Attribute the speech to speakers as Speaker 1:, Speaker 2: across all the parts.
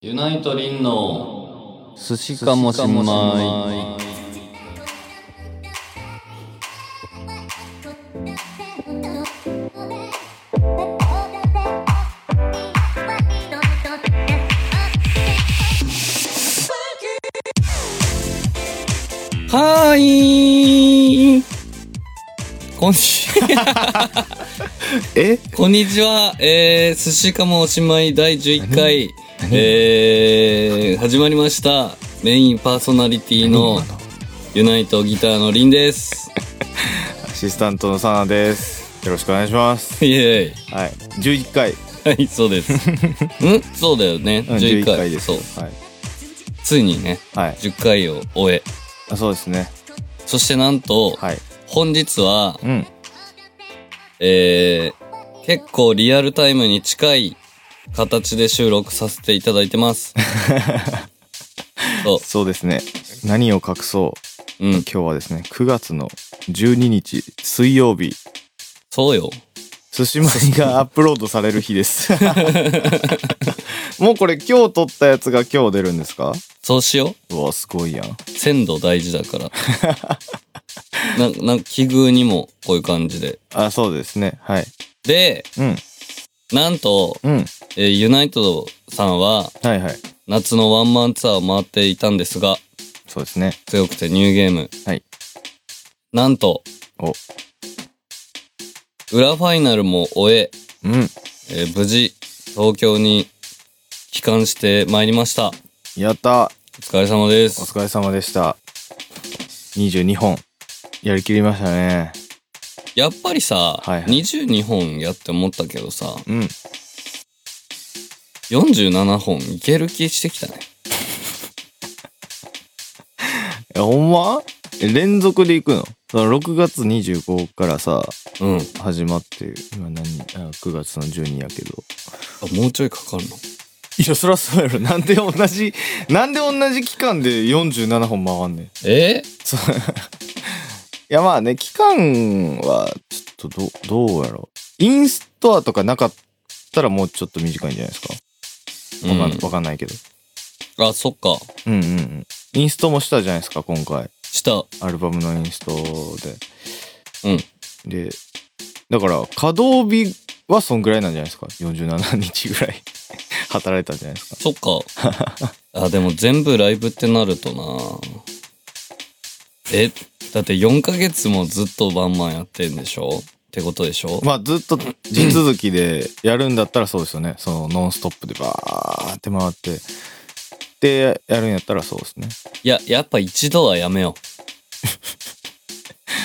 Speaker 1: ユナイトリンの寿司かもしんない。
Speaker 2: はーい。 こんに
Speaker 3: え
Speaker 2: こんにちは。えー、寿司かもおしまい第11回、えー、始まりました。メインパーソナリティのユナイトギターのリンです。
Speaker 3: アシスタントのサナですよろしくお願いします
Speaker 2: イェ
Speaker 3: はい11
Speaker 2: ー
Speaker 3: 回
Speaker 2: イ。はい、そう です。んそうだよね。
Speaker 3: うん
Speaker 2: 11
Speaker 3: 11
Speaker 2: 回。
Speaker 3: 回です
Speaker 2: そう。
Speaker 3: はい、
Speaker 2: ついにね、
Speaker 3: はい、
Speaker 2: 10回を終え。
Speaker 3: あそうですね
Speaker 2: そしてなんと、
Speaker 3: はい
Speaker 2: 本日は、
Speaker 3: うん
Speaker 2: えー、結構リアルタイムに近い形で収録させていただいてます。そ
Speaker 3: そうですね何を隠そ
Speaker 2: う、
Speaker 3: う
Speaker 2: うん、
Speaker 3: 今日はですね9月の12日水曜日
Speaker 2: そうよ。
Speaker 3: 寿司マリがアップロードされる日です もうこれ今日撮ったやつが今日出るんですか
Speaker 2: そうしよ
Speaker 3: うわすごいやん
Speaker 2: う。鮮度大事だから。な、なんか奇遇にもこういう感じで。
Speaker 3: あそうですねはい
Speaker 2: で、
Speaker 3: うん
Speaker 2: なんと、
Speaker 3: うん
Speaker 2: えーユナイトさんは
Speaker 3: はいはい
Speaker 2: 夏のワンマンツアーを回っていたんですが、
Speaker 3: そうですね
Speaker 2: 強くてニューゲーム。
Speaker 3: はい
Speaker 2: なんと、
Speaker 3: お
Speaker 2: 裏ファイナルも終え、
Speaker 3: うん
Speaker 2: えー無事、東京に帰還してまいりました。お
Speaker 3: やった
Speaker 2: 疲れ様で
Speaker 3: お
Speaker 2: す。
Speaker 3: 疲れ様でした。22本。やりきりましたね。
Speaker 2: やっぱりさ、
Speaker 3: はいはい
Speaker 2: 22本やって思ったけどさ、
Speaker 3: うん。
Speaker 2: 47本いける気してきたね。
Speaker 3: え、ほんまえ連続で行くのその ?6 月25からさ、
Speaker 2: うん。
Speaker 3: 始まって、今何、あ9月の12やけど。
Speaker 2: あもうちょいかかるの
Speaker 3: いや、そらそうやろ。 なんで同じ、なんで同じ期間で47本回んねん。い
Speaker 2: え
Speaker 3: や、まあね、期間は、ちょっとど、どうやろう。インストアとかなかったらもうちょっと短いんじゃないですか
Speaker 2: う
Speaker 3: わかん,、
Speaker 2: ん
Speaker 3: わかんないけど。
Speaker 2: あ、そっか。
Speaker 3: うんうんうん。インストもしたじゃないですか、今回。
Speaker 2: した。
Speaker 3: アルバムのインストで。
Speaker 2: うん。
Speaker 3: で、だから、稼働日はそんぐらいなんじゃないですか。47日ぐらい 働いたんじゃないですか。
Speaker 2: そっか。 あ、でも全部ライブってなるとなえ、だって4ヶ月もずっとワンマンやってんでしょってことでしょ
Speaker 3: まあ、ずっと地続きでやるんだったらそうですよね。その、ノンストップでバーって回って。で、やるんやったらそうですね。
Speaker 2: いや、やっぱ一度はやめよ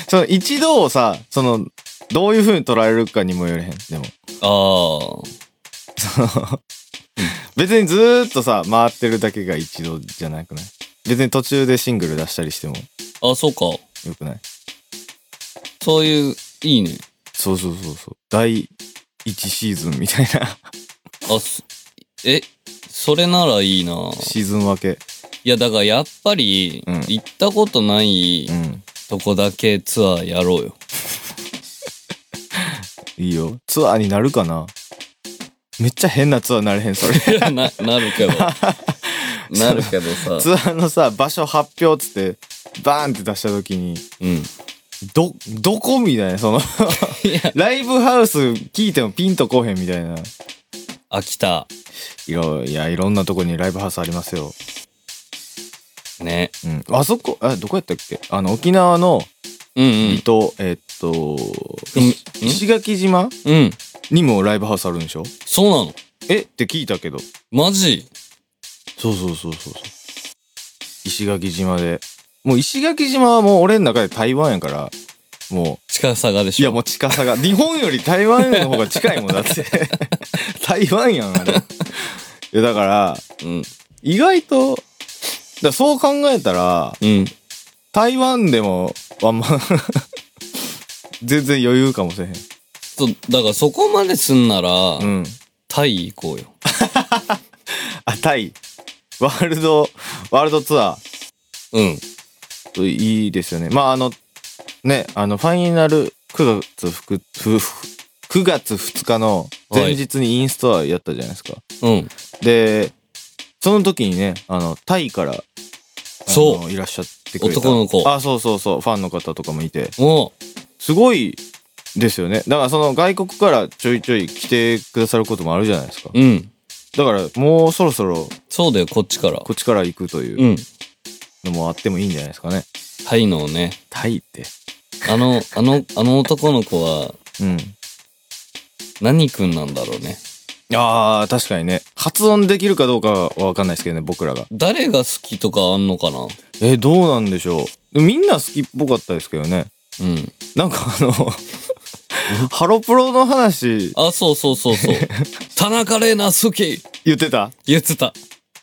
Speaker 3: その、一度をさ、その、どういう風に捉えるかにもよれへん。でも、
Speaker 2: う。ああ。
Speaker 3: 別にずーっとさ、回ってるだけが一度じゃなくない別に途中でシングル出したりしても
Speaker 2: あ、そうか。
Speaker 3: よくない
Speaker 2: そういう、いいね。
Speaker 3: そうそうそうそう。第1シーズンみたいな
Speaker 2: あ、すえ、それならいいな。
Speaker 3: シーズン分け。
Speaker 2: いや、だからやっぱり、
Speaker 3: うん
Speaker 2: 行ったことない
Speaker 3: うん。
Speaker 2: とこだけツアーやろうよ。
Speaker 3: いいよ。ツアーになるかなめっちゃ変なツアーになれへん、それ。
Speaker 2: いやな、なるけど。 なるけどさ。
Speaker 3: ツアーのさ、場所発表っつって、バーンって出した時に、
Speaker 2: うん。
Speaker 3: ど、どこみたい な、その
Speaker 2: や、
Speaker 3: ライブハウス聞いてもピンとこうへんみたいな。
Speaker 2: 飽きた。
Speaker 3: いろ、いや、いろんなとこにライブハウスありますよ。
Speaker 2: ね。
Speaker 3: うん。あそこ、あ、どこやったっけあの、沖縄の
Speaker 2: うん
Speaker 3: 離島、えっと、
Speaker 2: うん
Speaker 3: 石垣島
Speaker 2: うん。うん。
Speaker 3: にもライブハウスあるんでしょ
Speaker 2: そうなの。
Speaker 3: えって聞いたけど。
Speaker 2: マジ
Speaker 3: そうそうそうそうそう。石垣島で。もう石垣島はもう俺の中で台湾やから、も
Speaker 2: 近さがで
Speaker 3: う、い
Speaker 2: し
Speaker 3: や
Speaker 2: ょ。
Speaker 3: もう近さが、日本より台湾の方が近いもんだって。 台湾やん、あれ。いやだから、
Speaker 2: うん。
Speaker 3: 意外と、だからそう考えたら、
Speaker 2: うん。
Speaker 3: 台湾でも、あんま、全然余裕かもしれへん。
Speaker 2: そう、だからそこまですんなら、
Speaker 3: うん。
Speaker 2: タイ行こうよ。
Speaker 3: あ、タイ。ワールド、ワールドツアー。
Speaker 2: うん。
Speaker 3: いいですよね。まああのねあのファイナル9月ふくふふ9月2日の前日にインストアやったじゃないですか。
Speaker 2: うん。
Speaker 3: でその時にね、あの、タイから、あの
Speaker 2: そう
Speaker 3: いらっしゃってくれた。
Speaker 2: 男の子
Speaker 3: あ、そうそうそう、ファンの方とかもいて、
Speaker 2: も
Speaker 3: すごいですよね。だからその外国からちょいちょい来てくださることもあるじゃないですか。
Speaker 2: う、うん。
Speaker 3: だからもうそろそろ
Speaker 2: そうだよ、こっちから。。
Speaker 3: こっちから行くといううんのもあってもいいんじゃないですかね。
Speaker 2: タイのね。
Speaker 3: タイって。
Speaker 2: あの、あの、あの男の子は
Speaker 3: うん。
Speaker 2: 何くんなんだろうね。
Speaker 3: ああ、確かにね。発音できるかどうかはわかんないですけどね、僕らが。
Speaker 2: 誰が好きとかあんのかな
Speaker 3: え、どうなんでしょう。みんな好きっぽかったですけどね。
Speaker 2: うん。
Speaker 3: なんか あの、ハロプロの話
Speaker 2: あ、そうそうそう そう。田中玲奈好き
Speaker 3: 言ってた
Speaker 2: 言ってた。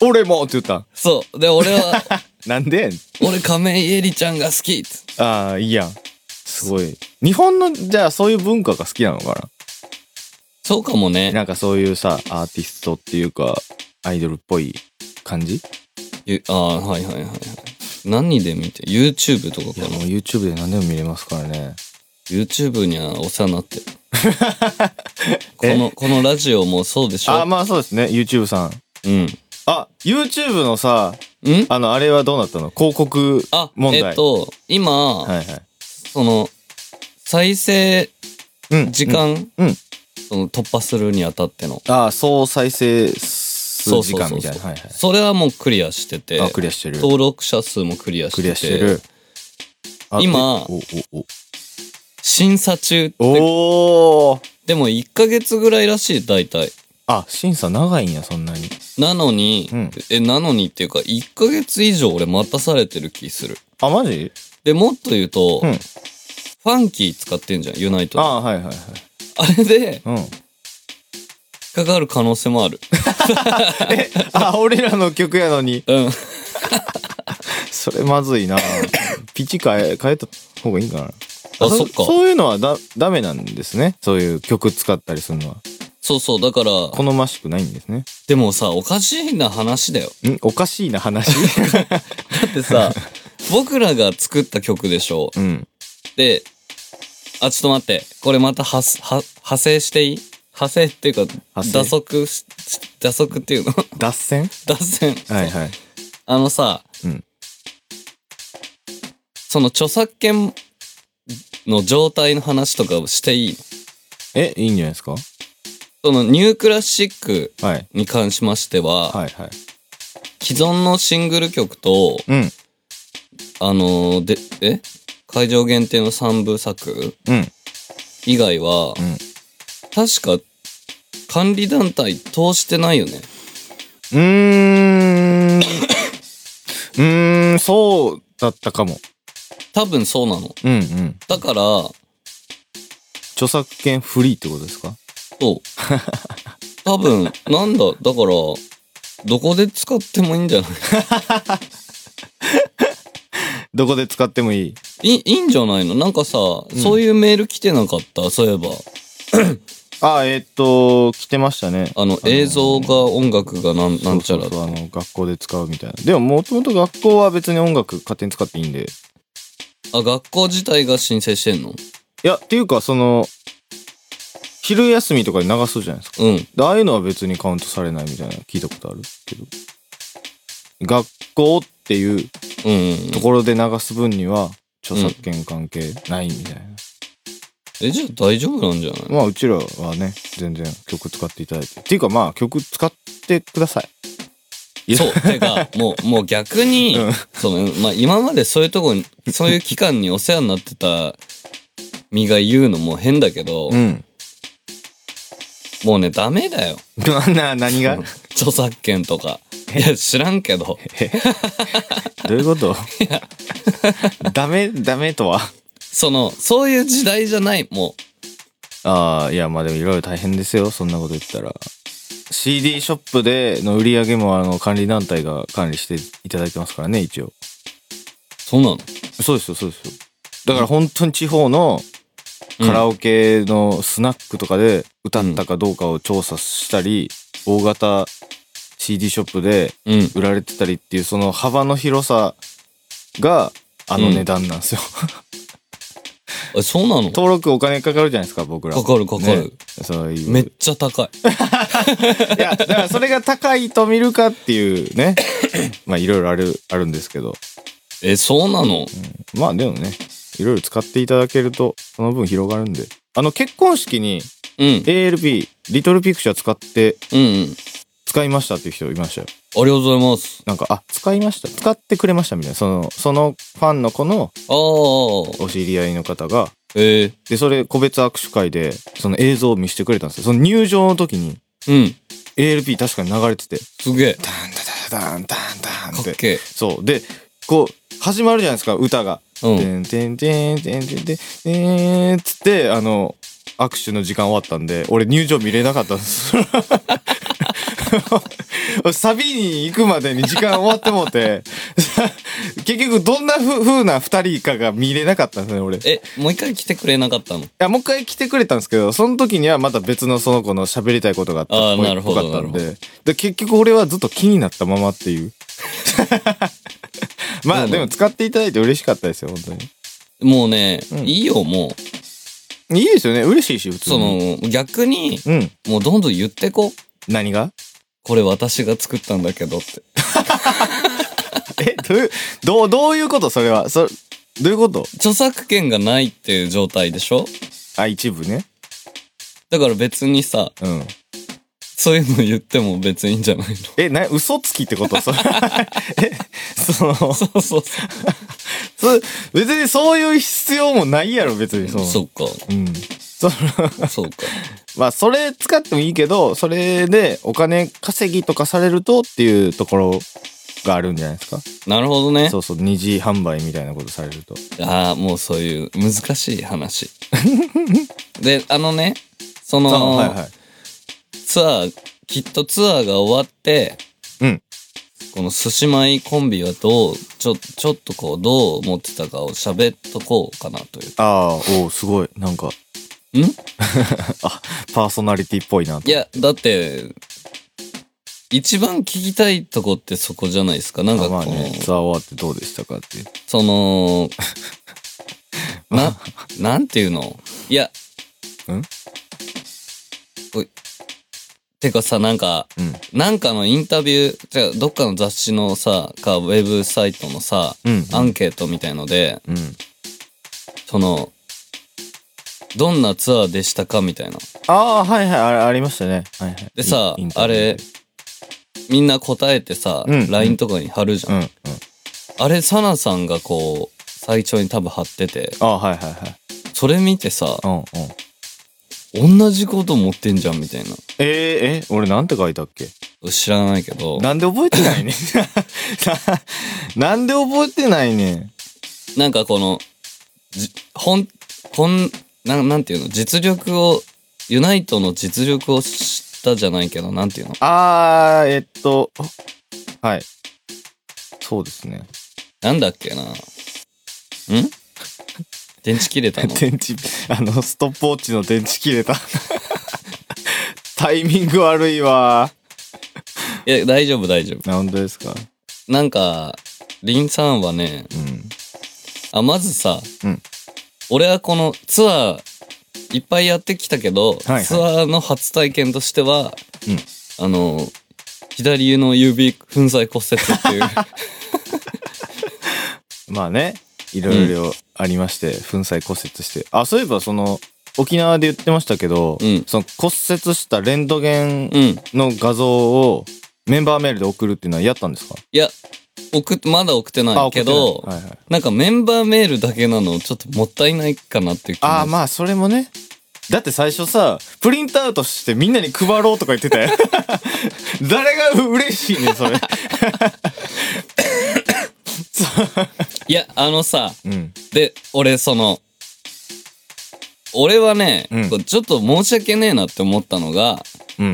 Speaker 3: 俺もって言った。
Speaker 2: そう。で、俺は、
Speaker 3: なんで
Speaker 2: 俺亀井絵里ちゃんが好き
Speaker 3: ああ、いいやん。すごい。日本の、じゃあそういう文化が好きなのか
Speaker 2: そうかも
Speaker 3: な
Speaker 2: ね。
Speaker 3: なんかそういうさ、アーティストっていうか、アイドルっぽい感じ
Speaker 2: ゆああ、はいはいはいはい。何で見て ?YouTube と
Speaker 3: い
Speaker 2: か
Speaker 3: や、
Speaker 2: か
Speaker 3: も
Speaker 2: な
Speaker 3: う YouTube で何でも見れますからね。
Speaker 2: ?YouTube にはお世話になってる。こ
Speaker 3: え
Speaker 2: の、このラジオもそうでしょ
Speaker 3: あ、まあそうですね、YouTube さん。
Speaker 2: うん。
Speaker 3: あ、YouTube のさ、
Speaker 2: ん
Speaker 3: あの、あれはどうなったの広告
Speaker 2: あ、
Speaker 3: 問題。
Speaker 2: えっと、今、
Speaker 3: はいはい。
Speaker 2: その、再生
Speaker 3: うん
Speaker 2: 時。間、
Speaker 3: うんうん
Speaker 2: その突破するにあたっての。
Speaker 3: ああ、総再生数時間みたいな。はいはい。
Speaker 2: それはもうクリアしてて、
Speaker 3: あ、クリアしてる。
Speaker 2: 登録者数もクリアしてて、
Speaker 3: クリアしてる。あ
Speaker 2: 今
Speaker 3: おお
Speaker 2: 審査中って
Speaker 3: おおお
Speaker 2: でも1ヶ月ぐらいらしい、大体。
Speaker 3: あ、審査長いんや、そんなに。
Speaker 2: なのに、
Speaker 3: うん
Speaker 2: え、なのにっていうか、1ヶ月以上俺待たされてる気する。
Speaker 3: あ、マジ
Speaker 2: で、もっと言うと、
Speaker 3: うん
Speaker 2: ファンキー使ってんじゃん、ユナイトで。あ
Speaker 3: あはいはいはい。
Speaker 2: れで、
Speaker 3: うん。
Speaker 2: 引っかかる可能性もある。
Speaker 3: え、あ、俺らの曲やのに。
Speaker 2: うん。
Speaker 3: それまずいな。 ピッチ変え、変えた方がいいんかな。
Speaker 2: あそっか
Speaker 3: そういうのはだ、ダメなんですね。そういう曲使ったりするのは。
Speaker 2: そうそう、だから、
Speaker 3: 好ましくないんですね。
Speaker 2: でもさ、おかしいな話だよ。
Speaker 3: んおかしいな話。
Speaker 2: だって さ、僕らが作った曲でしょ
Speaker 3: うん。
Speaker 2: で、あ、ちょっと待って。これまたはす、は、派生していい派生っていうか、
Speaker 3: 生
Speaker 2: 打足し、打足っていうの
Speaker 3: 脱線
Speaker 2: 打線。
Speaker 3: はいはい。
Speaker 2: あのさ、
Speaker 3: うん
Speaker 2: その著作権の状態の話とかをしていい
Speaker 3: え、いいんじゃないですか
Speaker 2: そのニュークラシック
Speaker 3: はい。
Speaker 2: に関しましては、
Speaker 3: はいはい。
Speaker 2: 既存のシングル曲と、
Speaker 3: うん。
Speaker 2: あのーで、え会場限定の3部作
Speaker 3: うん。
Speaker 2: 以外は、
Speaker 3: ん
Speaker 2: 確か管理団体通してないよね。
Speaker 3: うーん。うーん、そうだったかも。
Speaker 2: 多分そうなの。
Speaker 3: うんうん。
Speaker 2: だから、
Speaker 3: 著作権フリーってことですか
Speaker 2: そう。多分、なんだ、だから、どこで使ってもいいんじゃない
Speaker 3: どこで使ってもいい。
Speaker 2: いいいんじゃないのなんかさ、そういうメール来てなかったそういえば。
Speaker 3: あ、えーっと、来てましたね。
Speaker 2: あの、
Speaker 3: ー
Speaker 2: 映像が音楽がなんなんちゃら
Speaker 3: そうそうそうあの、学校で使うみたいな。でも、もともと学校は別に音楽勝手に使っていいんで。
Speaker 2: あ、学校自体が申請してんの
Speaker 3: いや、っていうか、その、昼休みとかで流すじゃないですか。
Speaker 2: うん。
Speaker 3: でああいうのは別にカウントされないみたいなの聞いたことあるけど。学校っていう
Speaker 2: うんうんうん、
Speaker 3: ところで流す分には、著作権関係ないみたいな。
Speaker 2: え、じゃあ大丈夫なんじゃない
Speaker 3: まあ、うちらはね、全然曲使っていただいて。っていうか、まあ、曲使ってください。いや
Speaker 2: そう。て か、もう、もう逆に、
Speaker 3: うん
Speaker 2: その、まあ、今までそういうとこに、そういう機関にお世話になってた身が言うのも変だけど、
Speaker 3: ん。
Speaker 2: もうね、ダメだよ。
Speaker 3: な、何が
Speaker 2: 著作権とか。いや、知らんけど。
Speaker 3: どういうこと ダメ、ダメとは
Speaker 2: その、そういう時代じゃない、も
Speaker 3: ああ、いや、まあでもいろいろ大変ですよ、そんなこと言ったら。CD ショップでの売り上げもあの管理団体が管理していただいてますからね、一応。
Speaker 2: う。そうなの
Speaker 3: そうですよ、そうですよ。だから本当に地方のカラオケのスナックとかで歌ったかどうかを調査したり、大型 CD ショップで
Speaker 2: うん。
Speaker 3: 売られてたりっていうその幅の広さがあの
Speaker 2: うん
Speaker 3: 値段なんですよ。
Speaker 2: えそうなのか
Speaker 3: 登録お金かかるじゃないですか、僕ら。
Speaker 2: かるかかる、
Speaker 3: ねそういう。
Speaker 2: めっちゃ高い。
Speaker 3: いや、だからそれが高いと見るかっていう ね。まあいろいろある、あるんですけど。
Speaker 2: え、そうなの、
Speaker 3: まあでもね、いろいろ使っていただけると、その分広がるんで。あの結婚式に
Speaker 2: うん、うん、
Speaker 3: ALP、リトルピクチャー使って、
Speaker 2: うん。あり
Speaker 3: 使いましたっていう人いましたよ。
Speaker 2: がとうございます。
Speaker 3: なんか、あ、使いました。使ってくれましたみたいな。その、そのファンの子の
Speaker 2: ああ、
Speaker 3: お知り合いの方が、
Speaker 2: ええ
Speaker 3: で、それ個別握手会で、その映像を見せてくれたんですよ。その入場の時に、
Speaker 2: うん、
Speaker 3: ALP 確かに流れてて、
Speaker 2: すげえ。
Speaker 3: ダンダダダンダンダン
Speaker 2: か
Speaker 3: っ。
Speaker 2: ってけえ。
Speaker 3: そう。で、こう、始まるじゃないですか、歌が。
Speaker 2: うん
Speaker 3: てんてんてんてんてんてんてんつって、あの、握手の時間終わったんで、俺入場見れなかったんです。サビに行くまでに時間終わってもうて、結局どんなふ風な二人かが見れなかったんですね、俺。い
Speaker 2: え、もう一回来てくれなかったの
Speaker 3: や、もう一回来てくれたんですけど、その時にはまた別のその子の喋りたいことがあった
Speaker 2: あー
Speaker 3: ぽい
Speaker 2: なるほど
Speaker 3: ぽかったん
Speaker 2: な
Speaker 3: で。で、結局俺はずっと気になったままっていう。 まあ、でも使っていただいて嬉しかったですよ、本当に。
Speaker 2: もうね、
Speaker 3: うん
Speaker 2: いいよ、もう。
Speaker 3: いいですよね。嬉しいし、普通
Speaker 2: そ
Speaker 3: に。
Speaker 2: の、逆に、
Speaker 3: うん。
Speaker 2: もうどんどん言ってこ。
Speaker 3: 何が
Speaker 2: これ私が作ったんだけどって。
Speaker 3: え、どういう、どう、どういうことそれは。そ、どういうこと
Speaker 2: 著作権がないっていう状態でしょ
Speaker 3: あ、一部ね。
Speaker 2: だから別にさ、
Speaker 3: うん。
Speaker 2: そういうの言っても別にいいんじゃないの
Speaker 3: え、な、嘘つきってことそれ え、その、 そ、
Speaker 2: そうそうそ。
Speaker 3: 別にそういう必要もないやろ、別に。そう の。
Speaker 2: そう
Speaker 3: うん。その、
Speaker 2: っか、そうか。
Speaker 3: まあ、それ使ってもいいけど、それでお金稼ぎとかされるとっていうところがあるんじゃないですか。
Speaker 2: なるほどね
Speaker 3: そ。うそう、二次販売みたいなことされると。
Speaker 2: ああ、もうそういう難しい 話。で、あのね、その、
Speaker 3: あはいはい。
Speaker 2: ツアー、きっとツアーが終わって、
Speaker 3: うん
Speaker 2: この寿司米コンビはどう、ちょ、ちょっとこう、どう思ってたかを喋っとこうかなという。
Speaker 3: ああ、おうすごい。なん か、
Speaker 2: ん
Speaker 3: パーソナリティっぽいなと。
Speaker 2: いや、だって、一番聞きたいとこってそこじゃないですか。なんかこ
Speaker 3: ま
Speaker 2: の、
Speaker 3: あね、ツアー終わってどうでしたかっていう。
Speaker 2: その、 な、なんていうのいや、
Speaker 3: ん
Speaker 2: おいてかさ、なんか、
Speaker 3: うん。
Speaker 2: なんかのインタビュー、じゃあどっかの雑誌のさ、か、ウェブサイトのさ、
Speaker 3: うん
Speaker 2: アンケートみたいので、
Speaker 3: うん。
Speaker 2: その、どんなツアーでしたかみたいな。
Speaker 3: ああ、はいはい、あれありましたね。はいはい。
Speaker 2: でさ
Speaker 3: インイン、タ
Speaker 2: あ
Speaker 3: ビュー
Speaker 2: れ、みんな答えてさ、
Speaker 3: うん
Speaker 2: LINE とかに貼るじゃん。
Speaker 3: うん、うん。
Speaker 2: あれ、サナさんがこう、最長に多分貼ってて、
Speaker 3: ああ、はいはいはい。
Speaker 2: それ見てさ
Speaker 3: う、ん、うん。
Speaker 2: 同じこと持ってんじゃんみたいな。
Speaker 3: えー、え、俺なんて書いたっけ
Speaker 2: 知らないけど、な
Speaker 3: なんで覚えてないねんななんで 覚えてないねん
Speaker 2: んかこの、じ、ほん、こん、なん、なんていうの、実力を、ユナイトの実力を知ったじゃないけど、なんていうの
Speaker 3: あー、えっと、はい。そうですね。
Speaker 2: なんだっけな。ん電池切れ たの
Speaker 3: 電池、あの、ストップウォッチの電池切れた。 タイミング悪いわ。
Speaker 2: いや、大丈夫大丈
Speaker 3: な本当ですか
Speaker 2: 夫。なんか、リンさんはね、
Speaker 3: うん。
Speaker 2: あ、まずさ、
Speaker 3: うん
Speaker 2: 俺はこのツアーいっぱいやってきたけど、
Speaker 3: いはい
Speaker 2: ツアーの初体験としては、
Speaker 3: うん
Speaker 2: あの、左の指粉砕骨折っていう。
Speaker 3: まあね、いろいろありまして、粉砕骨折して。あ、そういえばその、沖縄で言ってましたけど、
Speaker 2: うん
Speaker 3: その骨折したレントゲン
Speaker 2: うん。
Speaker 3: の画像をメンバーメールで送るっていうのはやったんですか、
Speaker 2: いや、送っ、まだ送って
Speaker 3: あ、
Speaker 2: ない
Speaker 3: 送っ
Speaker 2: け
Speaker 3: てない
Speaker 2: ど、
Speaker 3: はいはい、
Speaker 2: なんかメンバーメールだけなのちょっともったいないかなっていう気
Speaker 3: あ
Speaker 2: も
Speaker 3: あ、まあそれもね。だって最初さ、プリントアウトしてみんなに配ろうとか言ってたよ。誰が嬉しいねん、それ。
Speaker 2: いや、あのさ、
Speaker 3: うん。
Speaker 2: で、俺その、俺はね、
Speaker 3: うん
Speaker 2: こうちょっと申し訳ねえなって思ったのが、
Speaker 3: うん。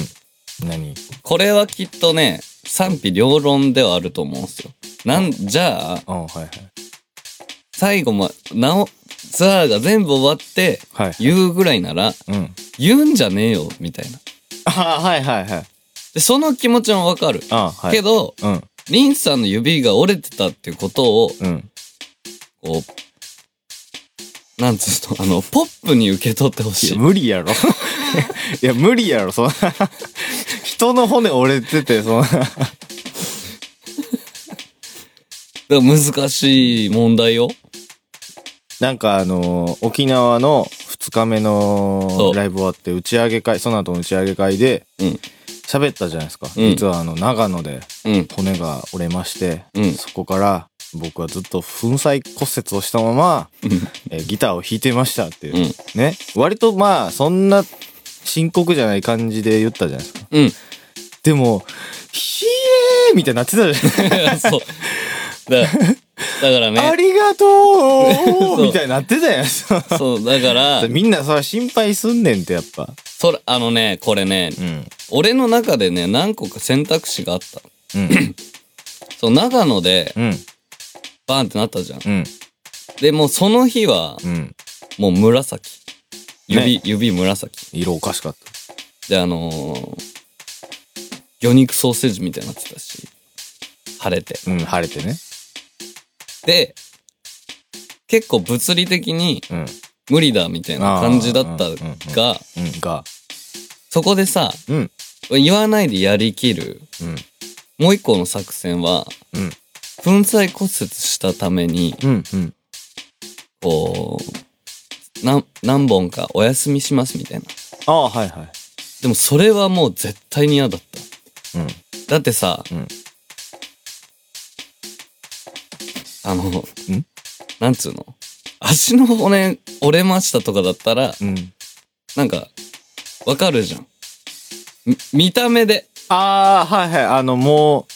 Speaker 3: 何
Speaker 2: これはきっとね、賛否両論ではあると思うんですよ。なん、じゃあ、
Speaker 3: ああ、はいはい。
Speaker 2: 最後ま、なお、ツアーが全部終わって、
Speaker 3: はい。
Speaker 2: 言うぐらいなら、
Speaker 3: うん。
Speaker 2: 言うんじゃねえよ、みたいな。
Speaker 3: ああ、はいはいはい。
Speaker 2: で、その気持ちもわかる。
Speaker 3: ああ、はい。
Speaker 2: けど、
Speaker 3: うん。
Speaker 2: リンさんの指が折れてたっていうことを、
Speaker 3: うん。
Speaker 2: こう、なんつうの、あの、ポップに受け取ってほ
Speaker 3: い
Speaker 2: し
Speaker 3: や
Speaker 2: い。
Speaker 3: 無理やろいや無理やろそんな人の骨折れててそんな
Speaker 2: だから難しい問題よ。
Speaker 3: なんかあの沖縄の2日目
Speaker 2: そ
Speaker 3: の
Speaker 2: う
Speaker 3: ライブ終わって打ち上げ会その後の打ち上げ会で
Speaker 2: うん
Speaker 3: 喋ったじゃないですか、
Speaker 2: うん
Speaker 3: 実はあの長野で
Speaker 2: うん。
Speaker 3: 骨が折れまして、
Speaker 2: うん
Speaker 3: そこから僕はずっと粉砕骨折をしたまま、えーギターを弾いてましたっていう、
Speaker 2: うん
Speaker 3: ね割とまあそんな深刻じゃない感じで言ったじゃないですか
Speaker 2: うん。
Speaker 3: でも「ひえー!」みたいになってたじゃ ない
Speaker 2: そう。だだから
Speaker 3: あ
Speaker 2: ね。
Speaker 3: りがと
Speaker 2: そう
Speaker 3: うみたいになってたや ん。そう
Speaker 2: そう、だ から、
Speaker 3: みんなそれ心配すんねんってやっぱ。
Speaker 2: それ、あのね、これね、
Speaker 3: うん。
Speaker 2: 俺の中でね、何個か選択肢があった。
Speaker 3: うん。
Speaker 2: そう、長野で、
Speaker 3: うん。
Speaker 2: バーンってなったじゃん。
Speaker 3: うん。
Speaker 2: で、もうその日は、
Speaker 3: うん。
Speaker 2: もう紫。指、
Speaker 3: ね
Speaker 2: 指紫。
Speaker 3: 色おかしかった。
Speaker 2: で、あのー、魚肉ソーセージみたいになってたし、晴れて。
Speaker 3: うん。晴れてね。
Speaker 2: で、結構物理的に
Speaker 3: うん。
Speaker 2: 無理だみたいな感じだった
Speaker 3: あーうんうん
Speaker 2: が、
Speaker 3: うん。が。
Speaker 2: そこでさ、
Speaker 3: うん。
Speaker 2: 言わないでやりきる、
Speaker 3: うん。
Speaker 2: もう一個の作戦は、
Speaker 3: うん。
Speaker 2: 粉砕骨折したために、
Speaker 3: うん。うん。
Speaker 2: こう、何、何本かお休みしますみたいな。
Speaker 3: ああ、はいはい。
Speaker 2: でもそれはもう絶対に嫌だった。
Speaker 3: うん。
Speaker 2: だってさ、
Speaker 3: うん
Speaker 2: あの、なんつうの足の骨折れましたとかだったら、
Speaker 3: うん。
Speaker 2: なんか、わかるじゃん。み見た目で。
Speaker 3: ああ、はいはい。あの、も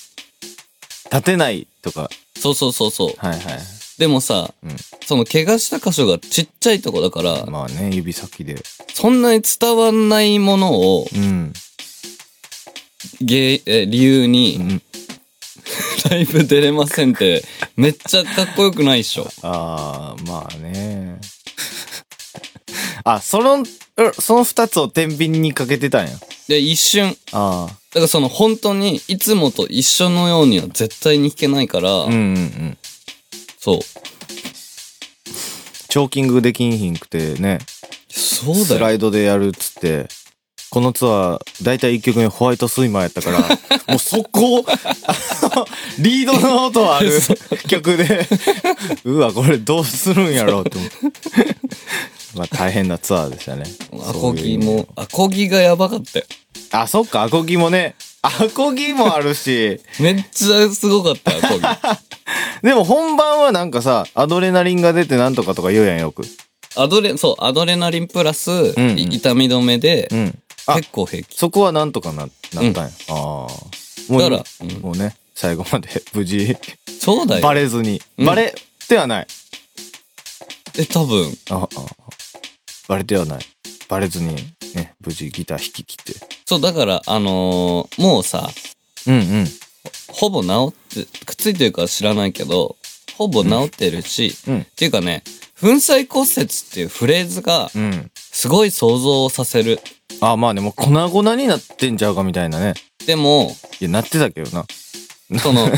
Speaker 3: う、立てないとか。
Speaker 2: そうそうそうそう。
Speaker 3: はいはい。
Speaker 2: でもさ、
Speaker 3: うん
Speaker 2: その怪我した箇所がちっちゃいとこだから、
Speaker 3: まあね、指先で。
Speaker 2: そんなに伝わんないものを、
Speaker 3: うん。
Speaker 2: げえ理由に、
Speaker 3: ん
Speaker 2: ライブ出れませんって、めっちゃかっこよくないっしょ。
Speaker 3: ああ、まあね。 あ、その、えその二つを天秤にかけてたんや。
Speaker 2: で、一瞬、
Speaker 3: ああ。
Speaker 2: だからその本当にいつもと一緒のようには絶対に弾けないから、
Speaker 3: うんうんうん。
Speaker 2: そう。
Speaker 3: チョーキングできんひんくてね、
Speaker 2: そう
Speaker 3: ス
Speaker 2: だ
Speaker 3: ラ
Speaker 2: よ。
Speaker 3: イドでやるっつって、このツアー、だいたい1曲目ホワイトスイマーやったから、 もう速攻、あのリードの音ある曲で、うわ、これどうするんやろうって思って。まあ大変なツアーでしたね。
Speaker 2: アコギ
Speaker 3: そういう意味
Speaker 2: も
Speaker 3: で、
Speaker 2: アコギがやばかったよ。
Speaker 3: あ、そっか、アコギもね、アコギもあるし、
Speaker 2: めっちゃすごかった、アコ ギ。
Speaker 3: でも本番はなんかさ、アドレナリンが出てなんとかとか言うやんよく。
Speaker 2: アドレ、そう、アドレナリンプラス、
Speaker 3: んうん
Speaker 2: い痛み止めで、
Speaker 3: うん。あ
Speaker 2: 結構平気。
Speaker 3: そこはなんとかな、なったんや。ああ。もう
Speaker 2: だから
Speaker 3: 今
Speaker 2: うん
Speaker 3: もうね、最後まで 無事、
Speaker 2: そうだよ。
Speaker 3: バレずに。
Speaker 2: うん
Speaker 3: バレてはない。
Speaker 2: え、多分、
Speaker 3: ああ。バレてはない。バレずに、ね、無事ギター弾き切って。
Speaker 2: そう、だから、あのーもうさ、
Speaker 3: うんうん。
Speaker 2: ほぼ治って、くっついてるか知らないけど、ほぼ治ってるし、
Speaker 3: うんうん
Speaker 2: っていうかね、粉砕骨折っていうフレーズが、
Speaker 3: うん。
Speaker 2: すごい想像をさせる。
Speaker 3: ああ、まあね、もう粉々になってんちゃうかみたいなね。
Speaker 2: でも、
Speaker 3: いや、なってたけどな。
Speaker 2: そ の、粉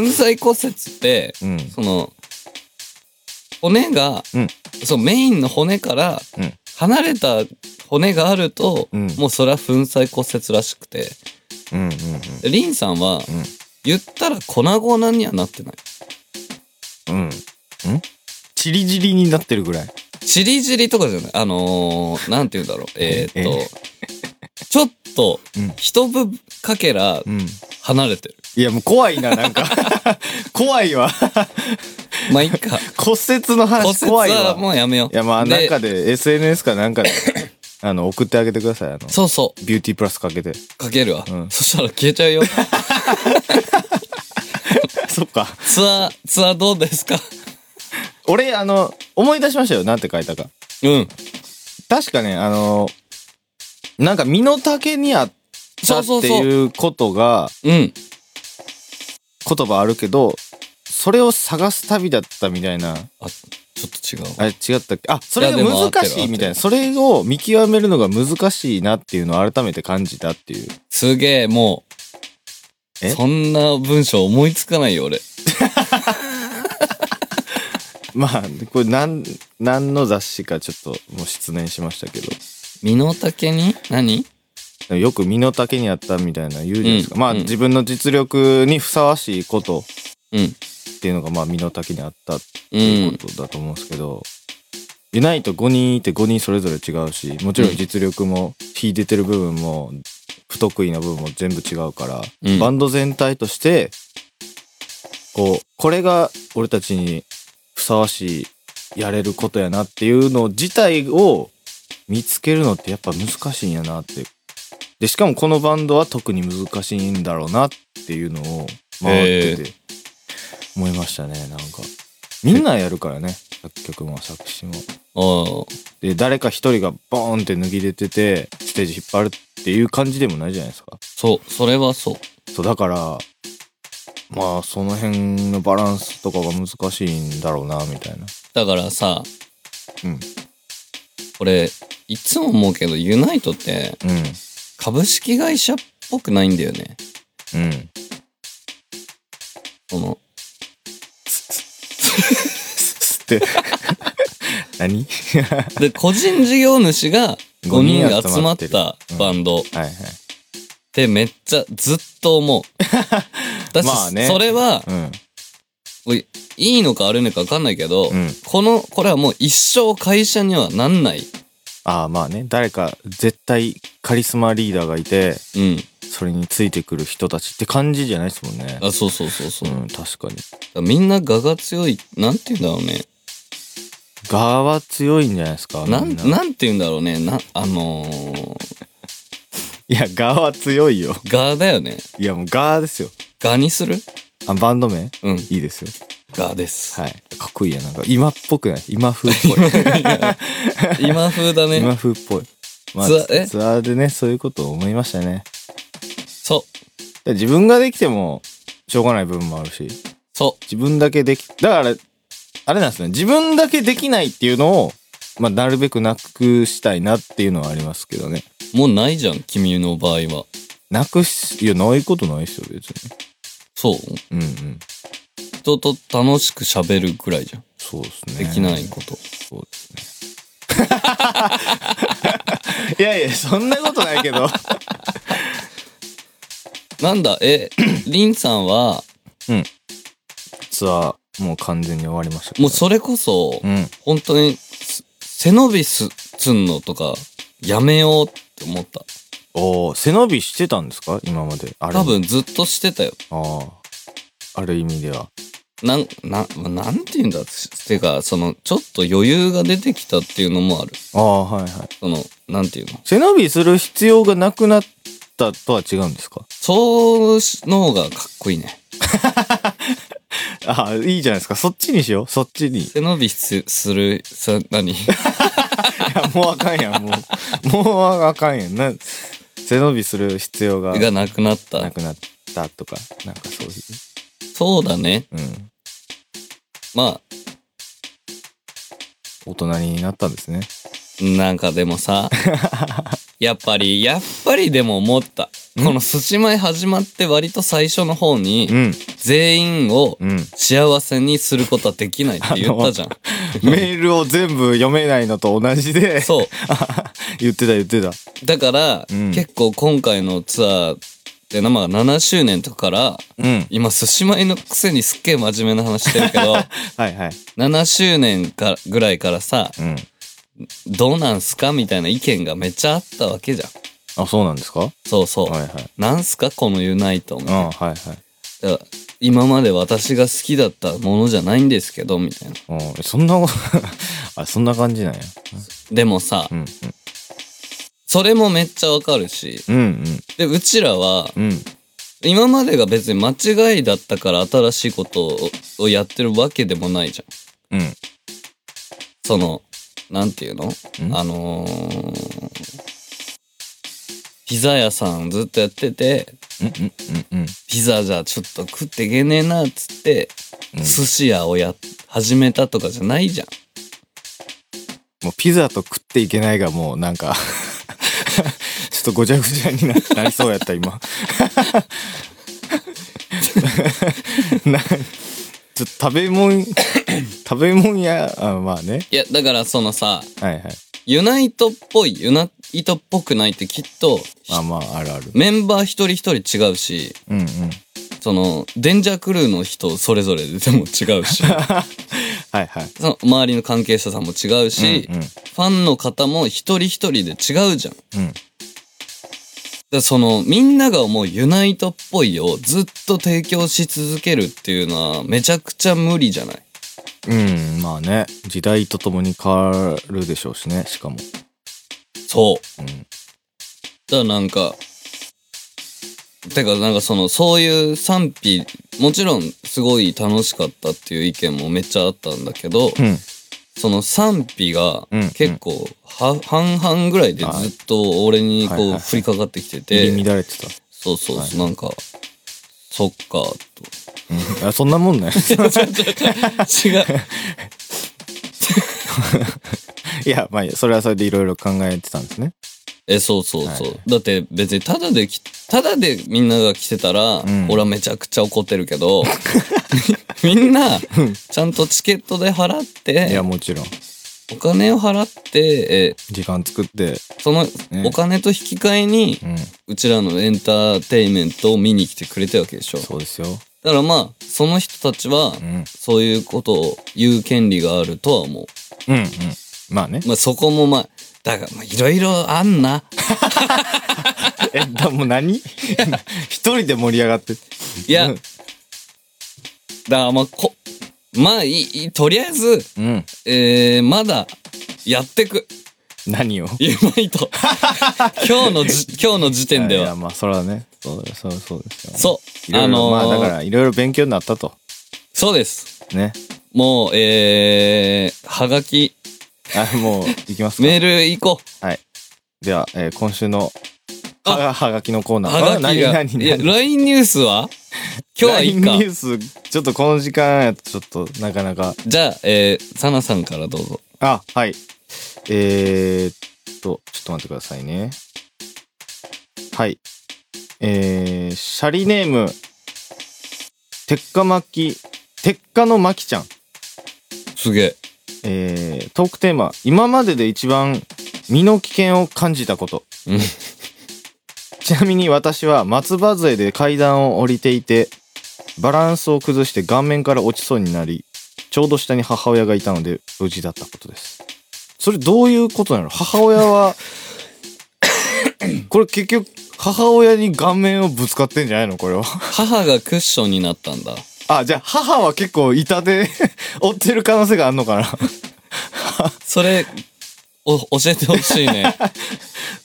Speaker 2: 砕骨折って、
Speaker 3: うん。
Speaker 2: その、骨が、
Speaker 3: うん
Speaker 2: そのメインの骨から
Speaker 3: うん
Speaker 2: 離れた骨があると、
Speaker 3: うん
Speaker 2: もうそれは粉砕骨折らしくて、
Speaker 3: うんうんうん。
Speaker 2: でリンさんは、
Speaker 3: ん
Speaker 2: 言ったら粉々にはなってない。
Speaker 3: うん。んチリジリになってるぐらい。
Speaker 2: チリジリとかじゃないあのー、なんて言うんだろう。えー、っと、ちょっと
Speaker 3: うん、
Speaker 2: 一部かけら
Speaker 3: うん。
Speaker 2: 離れてる。
Speaker 3: いや、もう怖い な、なんか。怖いわ。
Speaker 2: まあ、いっか。
Speaker 3: 骨折の
Speaker 2: 骨
Speaker 3: 話
Speaker 2: 折
Speaker 3: 怖い
Speaker 2: は
Speaker 3: わ。
Speaker 2: もうやめよう。
Speaker 3: いやまあ
Speaker 2: で
Speaker 3: 中で SNS かなんかであの送ってあげてくださいあの
Speaker 2: そうそ
Speaker 3: ビューティープラスか けて
Speaker 2: う。かけるわ。
Speaker 3: うん
Speaker 2: そしたら消えちゃう よ。
Speaker 3: そっか
Speaker 2: ツアー、ツアーどうですか
Speaker 3: 俺あの思い出しましたよなんて書いたか
Speaker 2: うん。
Speaker 3: 確かねあのなんか身の丈にあった
Speaker 2: そう
Speaker 3: っ
Speaker 2: そう
Speaker 3: て
Speaker 2: そう
Speaker 3: いうことが
Speaker 2: うん。
Speaker 3: 言葉あるけどそれを探す旅だったみたいな
Speaker 2: あ、ちょっと違うわ。
Speaker 3: あれ違ったっけあそれ
Speaker 2: い
Speaker 3: が
Speaker 2: やでも
Speaker 3: 難
Speaker 2: 合ってる合って
Speaker 3: しい
Speaker 2: る
Speaker 3: みたいなそれを見極めるのが難しいなっていうのを改めて感じたっていう
Speaker 2: すげえ、もう。
Speaker 3: え
Speaker 2: そんな文章思いつかないよ、俺。
Speaker 3: まあこれなん何の雑誌かちょっともう失念しましたけど
Speaker 2: 身の丈に何
Speaker 3: よく身の丈にあったみたいな言うじゃないですか、
Speaker 2: うん
Speaker 3: まあ、
Speaker 2: うん
Speaker 3: 自分の実力にふさわしいこと
Speaker 2: うん。
Speaker 3: っていうのがまあ身の丈にあったって
Speaker 2: う
Speaker 3: いうこ
Speaker 2: ん。
Speaker 3: とだと思うんですけど、ユナイト5人いて5人それぞれ違うしもちろん実力も秀でてる部分も不得意な部分も全部違うから、
Speaker 2: うん
Speaker 3: バンド全体としてこうこれが俺たちにふさわしいやれることやなっていうの自体を見つけるのってやっぱ難しいんやなってでしかもこのバンドは特に難しいんだろうなっていうのを回ってて思いましたねなんかみんなやるからね作曲も作詞も
Speaker 2: ああ。
Speaker 3: で誰か一人がボーンって脱ぎ出ててステージ引っ張るっていう感じでもないじゃないですか
Speaker 2: そう、それはそう。
Speaker 3: そうだからまあその辺のバランスとかが難しいんだろうなみたいな
Speaker 2: だからさ、
Speaker 3: うん
Speaker 2: これ、いつも思うけど、ユナイトって
Speaker 3: う
Speaker 2: 株式会社っぽくないんだよね。
Speaker 3: んうん
Speaker 2: その、
Speaker 3: つって 何は
Speaker 2: で、個人事業主が5人が集まった
Speaker 3: うん
Speaker 2: バンドっ
Speaker 3: いはい
Speaker 2: てめっちゃずっと思う。 だし、
Speaker 3: まあね
Speaker 2: それは
Speaker 3: う、ん
Speaker 2: おいいいのか悪いのかわかんないけど、
Speaker 3: うん
Speaker 2: この、これはもう一生会社にはなんない。
Speaker 3: ああまあね誰か絶対カリスマリーダーがいて
Speaker 2: うん。
Speaker 3: それについてくる人たちって感じじゃないですもんね
Speaker 2: あ、そうそうそうそうう。だか
Speaker 3: ん確かに
Speaker 2: らみんな我が強い、なんて言うんだろうね。
Speaker 3: 側は強いんじゃないですか
Speaker 2: なん
Speaker 3: みな
Speaker 2: なんて言うんだろうねなあのー、
Speaker 3: いや側は強いよ
Speaker 2: ガーだよね
Speaker 3: いやもう側ですよ
Speaker 2: ガにする
Speaker 3: あバンド名
Speaker 2: うん
Speaker 3: いいですよ
Speaker 2: ガです、
Speaker 3: はいかっこいいやなんか今っぽくない今風っぽい
Speaker 2: 今風だね
Speaker 3: 今風っぽいまあ
Speaker 2: ツアーえ
Speaker 3: ツアーでねそういうことを思いましたね
Speaker 2: そう
Speaker 3: で自分ができてもしょうがない部分もあるし
Speaker 2: そ
Speaker 3: 自分だけできだからあれなんですね自分だけできないっていうのを、まあ、なるべくなくしたいなっていうのはありますけどね
Speaker 2: うもうないじゃん君の場合は
Speaker 3: なくしいやないことないですよ別に
Speaker 2: そう
Speaker 3: うんうん
Speaker 2: 人と楽しく喋るくらいじゃん
Speaker 3: そうですね
Speaker 2: できないこと、
Speaker 3: そうですね いやいやそんなことないけど
Speaker 2: なんだえ リンさんは
Speaker 3: ツアーもう完全に終わりましたけど
Speaker 2: もうそれこそ、
Speaker 3: うん
Speaker 2: 本当にす背伸びすつんのとかやめようって思った
Speaker 3: おー背伸びしてたんですか今まであれ
Speaker 2: 多分ずっとしてたよ
Speaker 3: ああある意味では
Speaker 2: なん、な、なんて言うんだってか、その、ちょっと余裕が出てきたっていうのもある。
Speaker 3: ああはいはい
Speaker 2: その、なんていうの
Speaker 3: 背伸びする必要がなくなったとは違うんですか
Speaker 2: そうしの方がかっこいいね。
Speaker 3: ああ、いいじゃないですか。そっちにしよう。そっち に。い
Speaker 2: 背伸びすする、さ、 何
Speaker 3: や、もうあかんやん。もう、もうあかんやん。な背伸びする必要が
Speaker 2: がなくなっ
Speaker 3: な
Speaker 2: た。
Speaker 3: くなったとか、なんかそういう。
Speaker 2: そうだね。
Speaker 3: うん。
Speaker 2: ま
Speaker 3: 大人になったんですね。
Speaker 2: あ、なんかでもさ、やっぱり、やっぱりでも思った。
Speaker 3: ん
Speaker 2: この寿司前始まって割と最初の方に
Speaker 3: う、ん。
Speaker 2: 全員を
Speaker 3: うん。
Speaker 2: 幸せにすることはできないって言ったじゃん。
Speaker 3: メールを全部読めないのと同じで、
Speaker 2: そう。
Speaker 3: 言ってた言ってた。
Speaker 2: だから、
Speaker 3: うん
Speaker 2: 結構今回のツアーってのはまあ7周年とかから、
Speaker 3: うん。
Speaker 2: 今、寿司米のくせにすっげえ真面目な話してるけ ど、
Speaker 3: はいはい。
Speaker 2: 7周年かぐらいからさ、
Speaker 3: うん。
Speaker 2: どうなんすかみたいな意見がめっちゃあったわけじゃん。
Speaker 3: あ、そうなんですかはい
Speaker 2: そうそう。
Speaker 3: はい。
Speaker 2: なんすかこのユナイトみ
Speaker 3: う
Speaker 2: た
Speaker 3: ん、
Speaker 2: いな
Speaker 3: はいはい。
Speaker 2: だから今まで私が好きだったものじゃないんですけど、みたいな。
Speaker 3: うん、そんなこと、 あ、そんな感じなんや。
Speaker 2: でもさ、
Speaker 3: うん、
Speaker 2: それもめっちゃわかるし、
Speaker 3: うん。うん、
Speaker 2: で、うちらは、
Speaker 3: うん。うん。
Speaker 2: 今までが別に間違いだったから新しいことををやってるわけでもないじゃん。
Speaker 3: うん。
Speaker 2: その、なんていうの
Speaker 3: ん
Speaker 2: あのー、ピザ屋さんずっとやってて、
Speaker 3: うん、うん、うん。
Speaker 2: ピザじゃちょっと食ってけねえなっつって、寿司屋をや、始めたとかじゃないじゃん。
Speaker 3: もうピザと食っていけないがもうなんか ちょっとごちゃごちゃにななりそうやった今 なちょっと食べ物食食べ物屋、あまあね。
Speaker 2: いや、だからそのさ、
Speaker 3: はいはい。
Speaker 2: ユナイトっぽい、ユナイトっぽくないってきっと、
Speaker 3: あまあ、あるある。
Speaker 2: メンバー一人一人違うし、
Speaker 3: うんうん。
Speaker 2: その、デンジャークルーの人それぞれででも違う し、
Speaker 3: はいはい。
Speaker 2: その周りの関係者さんも違うし、
Speaker 3: うんうん
Speaker 2: ファンの方も一人一人で違うじゃん。だ
Speaker 3: うん。
Speaker 2: からその、みんなが思うユナイトっぽいをずっと提供し続けるっていうのはめちゃくちゃ無理じゃない
Speaker 3: うん、まあね。時代とともに変わるでしょうしね、しかも。
Speaker 2: そう。
Speaker 3: うん。
Speaker 2: だからなんか、てかなんかその、そういう賛否、もちろんすごい楽しかったっていう意見もめっちゃあったんだけど、
Speaker 3: うん。
Speaker 2: その賛否が
Speaker 3: うん
Speaker 2: 結構は、半々ぐらいでずっと俺に
Speaker 3: はいはい
Speaker 2: こ
Speaker 3: は
Speaker 2: う
Speaker 3: い
Speaker 2: 降りかかってきてて、
Speaker 3: 入り乱れてた。
Speaker 2: そうそうそう、なんか、そっか、
Speaker 3: うん、あそんなもんね。
Speaker 2: と。違う。
Speaker 3: いや、まあ、それはそれでいろいろ考えてたんです ね。
Speaker 2: え、そうそうそう。
Speaker 3: はい
Speaker 2: だって別にただでき、ただでみんなが来てたら、
Speaker 3: ん
Speaker 2: 俺はめちゃくちゃ怒ってるけ ど、みんな、ちゃんとチケットで払っ
Speaker 3: い
Speaker 2: て
Speaker 3: や、、もちろん。
Speaker 2: お金を払って、
Speaker 3: 時間作って。
Speaker 2: え、その
Speaker 3: ね
Speaker 2: お金と引き換えに、
Speaker 3: うん。
Speaker 2: うちらのエンターテインメントを見に来てくれたわけでしょ。
Speaker 3: そうですよ。
Speaker 2: だからまあ、その人たちは
Speaker 3: う、ん。
Speaker 2: そういうことを言う権利があるとは思う。
Speaker 3: うんうん。ま あね。
Speaker 2: まあそこもまあ、だからまあいろいろあんな。
Speaker 3: え、だもう何 一人で盛り上がって。
Speaker 2: いや、
Speaker 3: う
Speaker 2: だか
Speaker 3: ん
Speaker 2: らまあこ、まあいいいい、とりあえず、
Speaker 3: うん。
Speaker 2: えー、まだ、やってく。
Speaker 3: 何を
Speaker 2: ユナイ ト。今日のじ、今日の時点で
Speaker 3: いや、
Speaker 2: は。
Speaker 3: まあ、それはね。そう、そう、そうですよ。
Speaker 2: そう。
Speaker 3: あ
Speaker 2: あ
Speaker 3: の
Speaker 2: の
Speaker 3: まあ、だか
Speaker 2: ー、
Speaker 3: ら、いろいろ勉強になったと。
Speaker 2: そうです。
Speaker 3: ね。
Speaker 2: もう、えー、はがき、
Speaker 3: あ、もう、いきますか。
Speaker 2: メール行こう。
Speaker 3: はい。では、えー今週の、
Speaker 2: あ
Speaker 3: はが、はがきのコーナー。
Speaker 2: はがきが。
Speaker 3: あ何、
Speaker 2: い
Speaker 3: 何、
Speaker 2: や、
Speaker 3: 何
Speaker 2: LINE ニュース は今日はいい
Speaker 3: LINE ニュ
Speaker 2: か。
Speaker 3: ース、ちょっとこの時間やと、ちょっと、なかなか。
Speaker 2: じゃあ、えー、サナさんからどうぞ。
Speaker 3: あ、はい。えー、っと、ちょっと待ってくださいね。はい。えー、シャリネーム、鉄火巻き、鉄火の巻きちゃん。
Speaker 2: すげえ。
Speaker 3: えー、トークテーマ、今までで一番身の危険を感じたこと。
Speaker 2: うん
Speaker 3: ちなみに私は松葉杖で階段を降りていて、バランスを崩して顔面から落ちそうになり、ちょうど下に母親がいたので無事だったことです。それどういうことなの母親 は、これ結局母親に顔面をぶつかってんじゃないのこれは。
Speaker 2: 母がクッションになったんだ。
Speaker 3: あ、じゃあ母は結構痛 手負ってる可能性があんのかな
Speaker 2: それ、お、教えてほしい ね。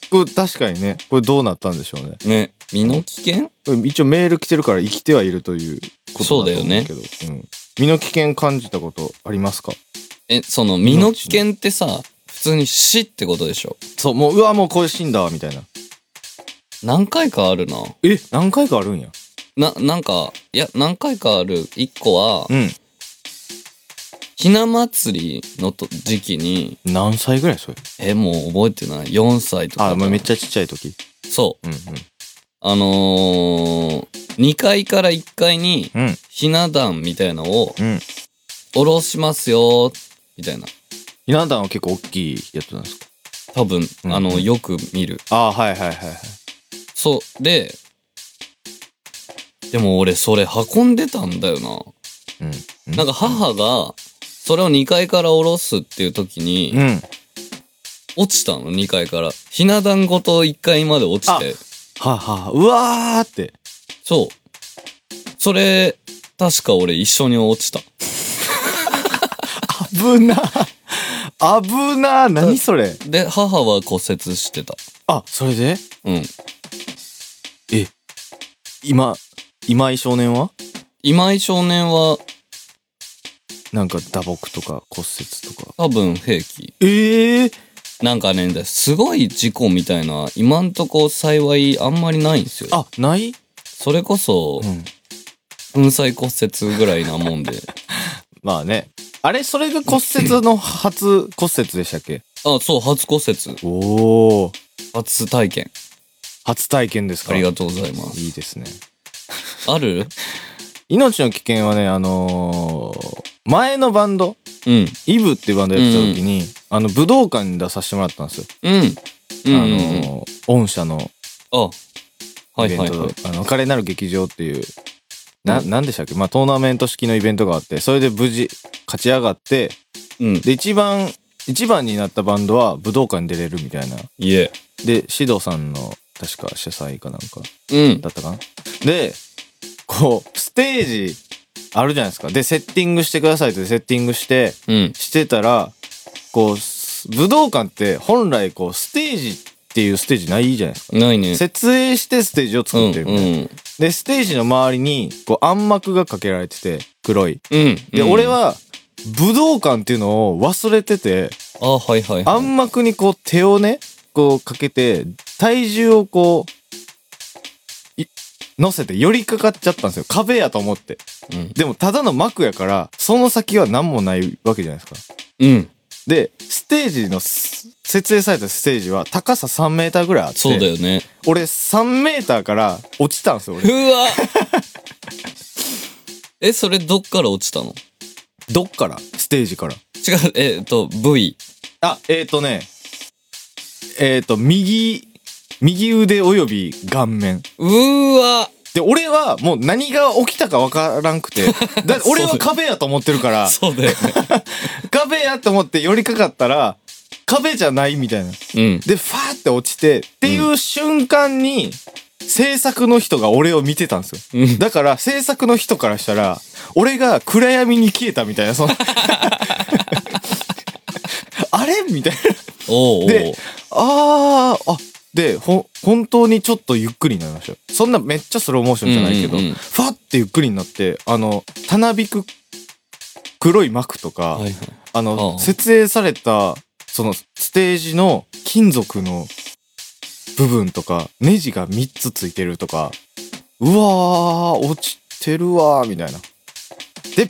Speaker 3: これ確かにね、これどうなったんでしょうね。
Speaker 2: ね。身の危険
Speaker 3: これ一応メール来てるから生きてはいるということだと思うけど。うん身の危険感じたことありますか
Speaker 2: え、その、身の危険ってさ、普通に死ってことでしょ
Speaker 3: そう、もう、うわ、もうこれ死んだわ、みたいな。
Speaker 2: 何回かあるな。
Speaker 3: え何回かあるんや。
Speaker 2: な、なんか、いや、何回かある。一個は
Speaker 3: う、ん。
Speaker 2: ひな祭りのと時期に、
Speaker 3: 何歳ぐらいそれ
Speaker 2: え、もう覚えてない ?4 歳とか。
Speaker 3: あ、まあ、めっちゃちっちゃい時。
Speaker 2: そう。
Speaker 3: うん
Speaker 2: あのー、2階から1階に、
Speaker 3: うん。うん。
Speaker 2: ひな壇みたいのを、
Speaker 3: うん。
Speaker 2: 下ろしますよみたいな。
Speaker 3: ひな壇は結構大きいやつなんですか
Speaker 2: 多分、
Speaker 3: うん
Speaker 2: あの、よく見る。
Speaker 3: あはいはいはいはい。
Speaker 2: そう。で、でも俺、それ運んでたんだよな。
Speaker 3: うん。
Speaker 2: なんか母が、それを2階から下ろすっていう時に、
Speaker 3: うん。
Speaker 2: 落ちたの、2階から。ひな壇ごと1階まで落ちて。
Speaker 3: はあ、はあ、うわーって。
Speaker 2: そう。それ、確か俺一緒に落ちた。
Speaker 3: 危な。危な。何 それ。
Speaker 2: で、母は骨折してた。
Speaker 3: あ、それで
Speaker 2: うん。
Speaker 3: 今、今井少年は
Speaker 2: 今井少年は
Speaker 3: なんか打撲とか骨折とか。
Speaker 2: 多分平気。
Speaker 3: ええ
Speaker 2: なんかね、すごい事故みたいな、今んとこ幸いあんまりないんですよ。
Speaker 3: あ、ない
Speaker 2: それこそ、
Speaker 3: ん。
Speaker 2: 粉砕骨折ぐらいなもんで。
Speaker 3: まあね。あれ、それが骨折の初骨折でしたっけ
Speaker 2: あ、そう、初骨折。
Speaker 3: おお。
Speaker 2: 初体験。
Speaker 3: 初体験ですか
Speaker 2: ありがとうございます。
Speaker 3: いいですね。
Speaker 2: ある
Speaker 3: 命の危険はね、あのー前のバンド、
Speaker 2: うん。
Speaker 3: イブっていうバンドやってた時に、あの武道館に出させてもらったんですよ、
Speaker 2: うん。うん。
Speaker 3: あの御社の
Speaker 2: あ、は
Speaker 3: イ
Speaker 2: い
Speaker 3: ベント
Speaker 2: は
Speaker 3: で
Speaker 2: いはい。
Speaker 3: あの華麗なる劇場っていうななんでしたっけ、まあ、トーナメント式のイベントがあってそれで無事勝ち上がって
Speaker 2: うん。
Speaker 3: で一番一番になったバンドは武道館に出れるみたいない
Speaker 2: え。
Speaker 3: で獅童さんの確か主催かなんか
Speaker 2: うん。
Speaker 3: だったかなでこうステージあるじゃないですかでセッティングしてくださいってセッティングして
Speaker 2: うん。
Speaker 3: してたらこうす武道館って本来こうステージっていうステージないじゃないですか
Speaker 2: ないね。
Speaker 3: 設営してステージを
Speaker 2: うん。
Speaker 3: 作
Speaker 2: う
Speaker 3: ってるみたいな、
Speaker 2: ん。
Speaker 3: でステージの周りにこう暗幕がかけられてて黒い
Speaker 2: うん。
Speaker 3: で、
Speaker 2: うん
Speaker 3: 俺、は武道館っていうのを忘れてて
Speaker 2: あ、はいはいはい。
Speaker 3: 暗幕にこう手をねこうかけて体重をこうい乗せて寄りかかっちゃったんですよ壁やと思って
Speaker 2: うん。
Speaker 3: でもただの幕やからその先は何もないわけじゃないですか
Speaker 2: うん。
Speaker 3: で、ステージのす、設営されたステージは高さ3メーターぐらいあって。
Speaker 2: そうだよね。
Speaker 3: 俺3メーターから落ちたんですよ、
Speaker 2: う
Speaker 3: 俺。
Speaker 2: わえ、それどっから落ちたの
Speaker 3: どっからステージから。
Speaker 2: 違う、えっと、V。
Speaker 3: あ、えっ、ー、とね、えっ、ー、と、右、右腕及び顔面。
Speaker 2: うーわ
Speaker 3: で、俺はもう何が起きたかわからんく て。だって俺は壁やと思ってるから、
Speaker 2: そうだよね。
Speaker 3: 壁やと思って寄りかかったら、壁じゃないみたいな。
Speaker 2: うん。
Speaker 3: で、ファーって落ちて、っていう瞬間に、制作の人が俺を見てたんですよ。
Speaker 2: うん
Speaker 3: だから、制作の人からしたら、俺が暗闇に消えたみたい な、その。あれみたい
Speaker 2: おうおう
Speaker 3: な。で、あー、あ、で、ほ、本当にちょっとゆっくりになりましたよ。そんなめっちゃスローモーションじゃないけ
Speaker 2: う
Speaker 3: ど、
Speaker 2: んうんうん
Speaker 3: ファってゆっくりになって、あの、たなびく黒い幕とか、
Speaker 2: はいはい。
Speaker 3: あの、
Speaker 2: ああ
Speaker 3: 設営された、その、ステージの金属の部分とか、ネジが3つついてるとか、うわー、落ちてるわー、みたいな。で、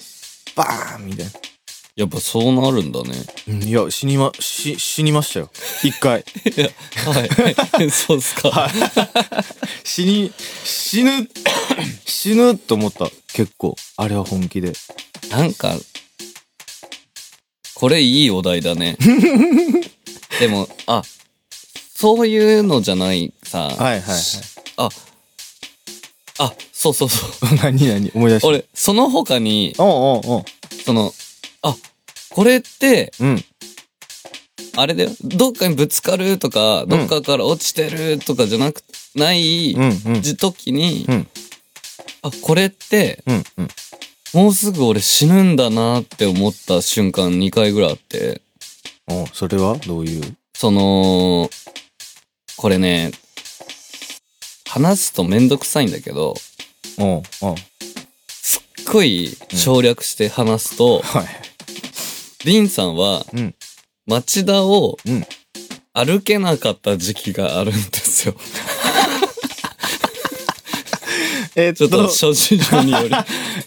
Speaker 3: バーンみたいな。
Speaker 2: やっぱそうなるんだね。
Speaker 3: うんいや、死にま、し、死にましたよ。一回。
Speaker 2: いや、 はい。そうっすか。
Speaker 3: 死に、死ぬ、 死ぬと思った。結構。あれは本気で。
Speaker 2: なんか、これいいお題だ ね。でも、あ、そういうのじゃないさ。
Speaker 3: はいはいはい
Speaker 2: しあ、あ、そうそうそう。
Speaker 3: 何何思い出した。
Speaker 2: 俺、その他に、
Speaker 3: おうんうん
Speaker 2: その、あ、これって、
Speaker 3: うん。うん。
Speaker 2: あれだよ。どっかにぶつかるとか、どっかから落ちてるとかじゃなく、ない、
Speaker 3: うんうん。
Speaker 2: じ時に、
Speaker 3: うん
Speaker 2: あ、これって、
Speaker 3: うんうん。
Speaker 2: もうすぐ俺死ぬんだなって思った瞬間2回ぐらいあって、
Speaker 3: おうそれはどういう
Speaker 2: その、これね、話すとめんどくさいんだけど、
Speaker 3: おうおう
Speaker 2: すっごい省略して話すと、
Speaker 3: はい。
Speaker 2: リンさんは、
Speaker 3: うん
Speaker 2: 町田を
Speaker 3: うん
Speaker 2: 歩けなかった時期があるん ですよ。
Speaker 3: えっ
Speaker 2: ちょっと
Speaker 3: と、
Speaker 2: 諸事情によ り。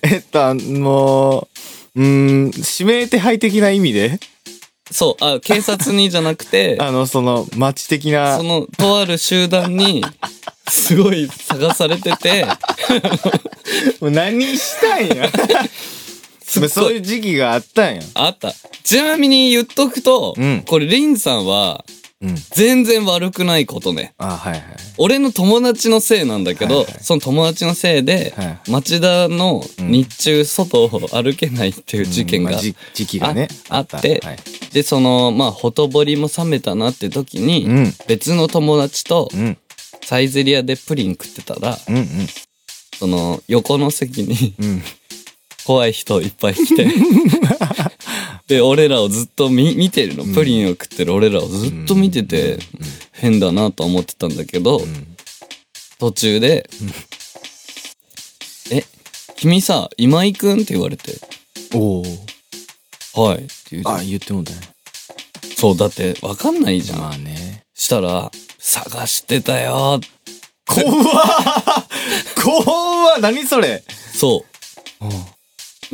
Speaker 3: えっと、あの、うーん、指名手配的な意味で、
Speaker 2: そう、あ、警察にじゃなくて、
Speaker 3: あの、その、街的な
Speaker 2: そ、の、とある集団に、すごい探されてて、
Speaker 3: もう何したん や。
Speaker 2: すっ
Speaker 3: そ
Speaker 2: ご
Speaker 3: う
Speaker 2: い
Speaker 3: いう時期があったんや。
Speaker 2: あった。ちなみに言っとくと、
Speaker 3: うん
Speaker 2: これ、リンさんは、
Speaker 3: うん。
Speaker 2: 全然悪くないことね。
Speaker 3: あ、はいはい。
Speaker 2: 俺の友達のせいなんだけど、
Speaker 3: はいはい
Speaker 2: その友達のせいで、
Speaker 3: は
Speaker 2: 町田の日中外を歩けないっていう事件が、
Speaker 3: うんまあじ時期がね、
Speaker 2: あ
Speaker 3: た
Speaker 2: あって
Speaker 3: はい
Speaker 2: で、その、まあ、ほとぼりも冷めたなって時に、
Speaker 3: うん
Speaker 2: 別の友達と
Speaker 3: うん、うん、
Speaker 2: サイゼリアでプリン食ってたら、
Speaker 3: うん、
Speaker 2: その、横の席 に、
Speaker 3: うん。
Speaker 2: 怖い人いっぱい 来て。で、俺らをずっと見見てるの。プリンを食ってる俺らをずっと見てて、変だなと思ってたんだけど、途中で、え、君さ、今井くんって言われて、
Speaker 3: おお。
Speaker 2: はい。って言う
Speaker 3: あ、言ってもうたね。
Speaker 2: そう、だってわかんないじゃん。
Speaker 3: まあね。
Speaker 2: したら、探してたよ。
Speaker 3: 怖っ怖っ何それ
Speaker 2: そう。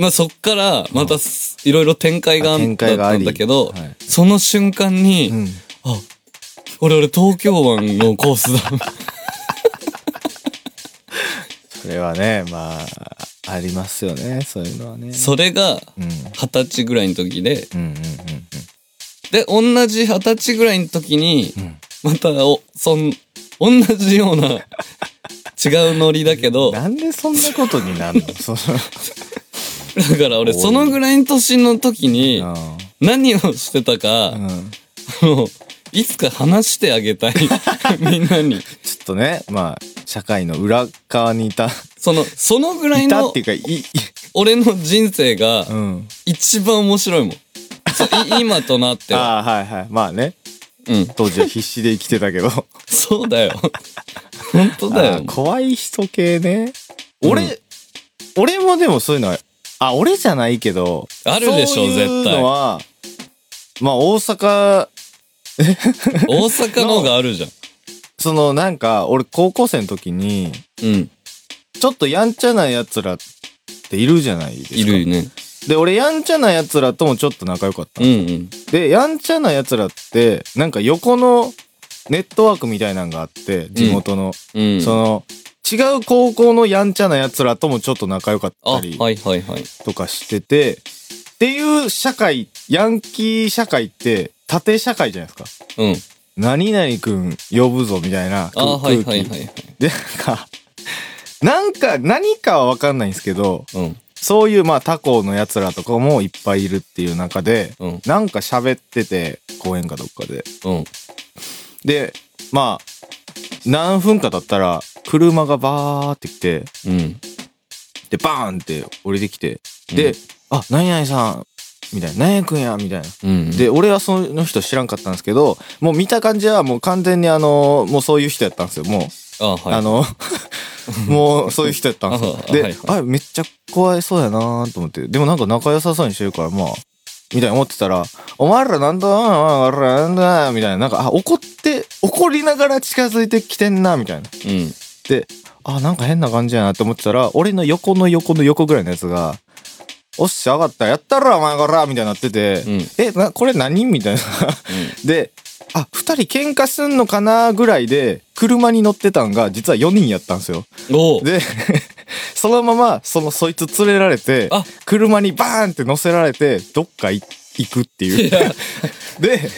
Speaker 2: まあそっから、またすいろいろ展開があ
Speaker 3: あ展開が
Speaker 2: った
Speaker 3: あ
Speaker 2: ん
Speaker 3: り
Speaker 2: だけど、
Speaker 3: はい
Speaker 2: その瞬間に、
Speaker 3: ん
Speaker 2: あ、俺俺東京湾のコースだ。
Speaker 3: それはね、まあ、ありますよねそういうのはね
Speaker 2: それが
Speaker 3: うんうん
Speaker 2: 二十歳ぐらいの時で、
Speaker 3: うんうん
Speaker 2: で、同じ二十歳ぐらいの時に、
Speaker 3: うんうん
Speaker 2: また、お、そん、同じような、違うノリだけ ど、だ
Speaker 3: なんでそんなことに なるのその
Speaker 2: から俺、
Speaker 3: 多い
Speaker 2: そのぐらいの年の時に、
Speaker 3: う
Speaker 2: 何をしてたか、
Speaker 3: んうん
Speaker 2: もう、いつか話してあげ たい。みんなに。
Speaker 3: ちょっとねまあ社会の裏側にいた
Speaker 2: その、そのぐらい
Speaker 3: いたっ
Speaker 2: の
Speaker 3: てい、うかいい、
Speaker 2: 俺の人生が、
Speaker 3: うん、
Speaker 2: 一番面白いもん。 そうい今となっては。
Speaker 3: ああはいはいまあね
Speaker 2: うん。
Speaker 3: 当時は必死で生きてたけど
Speaker 2: そうだよ。本当だ
Speaker 3: あ
Speaker 2: よ
Speaker 3: ー。怖い人系ね
Speaker 2: うん
Speaker 3: 俺、俺もでもそういうのはあ俺じゃないけど
Speaker 2: あるでしょ
Speaker 3: そういう
Speaker 2: 絶対
Speaker 3: のはまあ大阪
Speaker 2: 大阪の方があるじゃん。
Speaker 3: そのなんか俺高校生の時に
Speaker 2: うん。
Speaker 3: ちょっとやんちゃなやつらっているじゃないですか
Speaker 2: いるよね。
Speaker 3: で俺やんちゃなやつらともちょっと仲良かった
Speaker 2: う
Speaker 3: の、
Speaker 2: んうん。
Speaker 3: でやんちゃなやつらってなんか横のネットワークみたいなんがあって地元の、
Speaker 2: うん。
Speaker 3: その違う高校のやんちゃなやつらともちょっと仲良かっ
Speaker 2: あ、
Speaker 3: た
Speaker 2: は
Speaker 3: り
Speaker 2: いはいはい。
Speaker 3: とかしてて、っていう社会ヤンキー社会って縦社会じゃないですか
Speaker 2: うん。
Speaker 3: 何々くん呼ぶぞみたいな
Speaker 2: あ、
Speaker 3: 空
Speaker 2: はい
Speaker 3: 気
Speaker 2: はいはいはい。
Speaker 3: でなんかなんか何かは分かんないんですけど
Speaker 2: うん。
Speaker 3: そういうまあ他校のやつらとかもいっぱいいるっていう中で、
Speaker 2: うん
Speaker 3: なんか喋ってて公園かどっかで
Speaker 2: うん。
Speaker 3: でまあ何分か経ったら車がバーって来て
Speaker 2: うん。
Speaker 3: でバーンって降りてきてで「あ何々さん」みたいな「何々くんや」みたいな。
Speaker 2: うん。
Speaker 3: で俺はその人知らんかったんですけどもう見た感じはもう完全にあのもうそういう人やったんですよもう、
Speaker 2: あ、はい。
Speaker 3: あのもうそういう人やったんですよ
Speaker 2: あ
Speaker 3: で、
Speaker 2: はい
Speaker 3: あめっちゃ怖いそうやなと思ってでもなんか仲良さそうにしてるからまあみたいに思ってたら「お前らなんだお前らなんだ」みたいななんかあ怒って怒りながら近づいてきてんなみたいな
Speaker 2: うん。
Speaker 3: で、あ、なんか変な感じやなって思ってたら、俺の横の横の横ぐらいのやつが、おっしゃ、分かった、やったら、お前からみたいになってて、
Speaker 2: うん
Speaker 3: え、な、これ何みたいな。で、あ、二人喧嘩すんのかなぐらいで、車に乗ってたんが、実は4人やったんですよ。
Speaker 2: おう。
Speaker 3: で、 そのまま、その、そいつ連れられて
Speaker 2: あ、
Speaker 3: 車にバーンって乗せられて、どっかい行くっていう。で、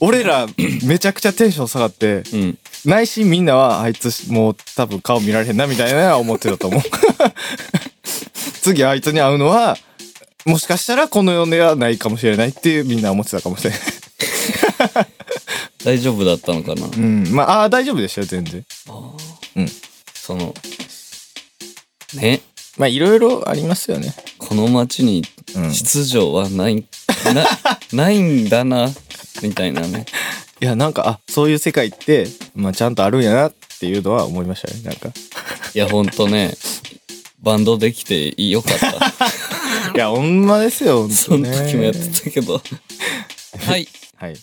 Speaker 3: 俺ら、めちゃくちゃテンション下がって、
Speaker 2: うん。
Speaker 3: 内心みんなはあいつもう多分顔見られへんなみたいな思ってたと思う 次あいつに会うのはもしかしたらこの世ではないかもしれないっていうみんな思ってたかもしれない
Speaker 2: 大丈夫だったのかな
Speaker 3: うん まああー大丈夫でしたよ全然
Speaker 2: その、ね。
Speaker 3: まあいろいろありますよね
Speaker 2: この街に
Speaker 3: うん
Speaker 2: 秩序はない、な、 ないんだな、みたいなね。
Speaker 3: いやなんかあそういう世界って、まあ、ちゃんとあるんやなっていうのは思いましたね なんか
Speaker 2: いや、ほんとね、バンドできてよか った。
Speaker 3: いやほんまですよほんと
Speaker 2: その
Speaker 3: ね
Speaker 2: 時もやってたけど。はい。
Speaker 3: はい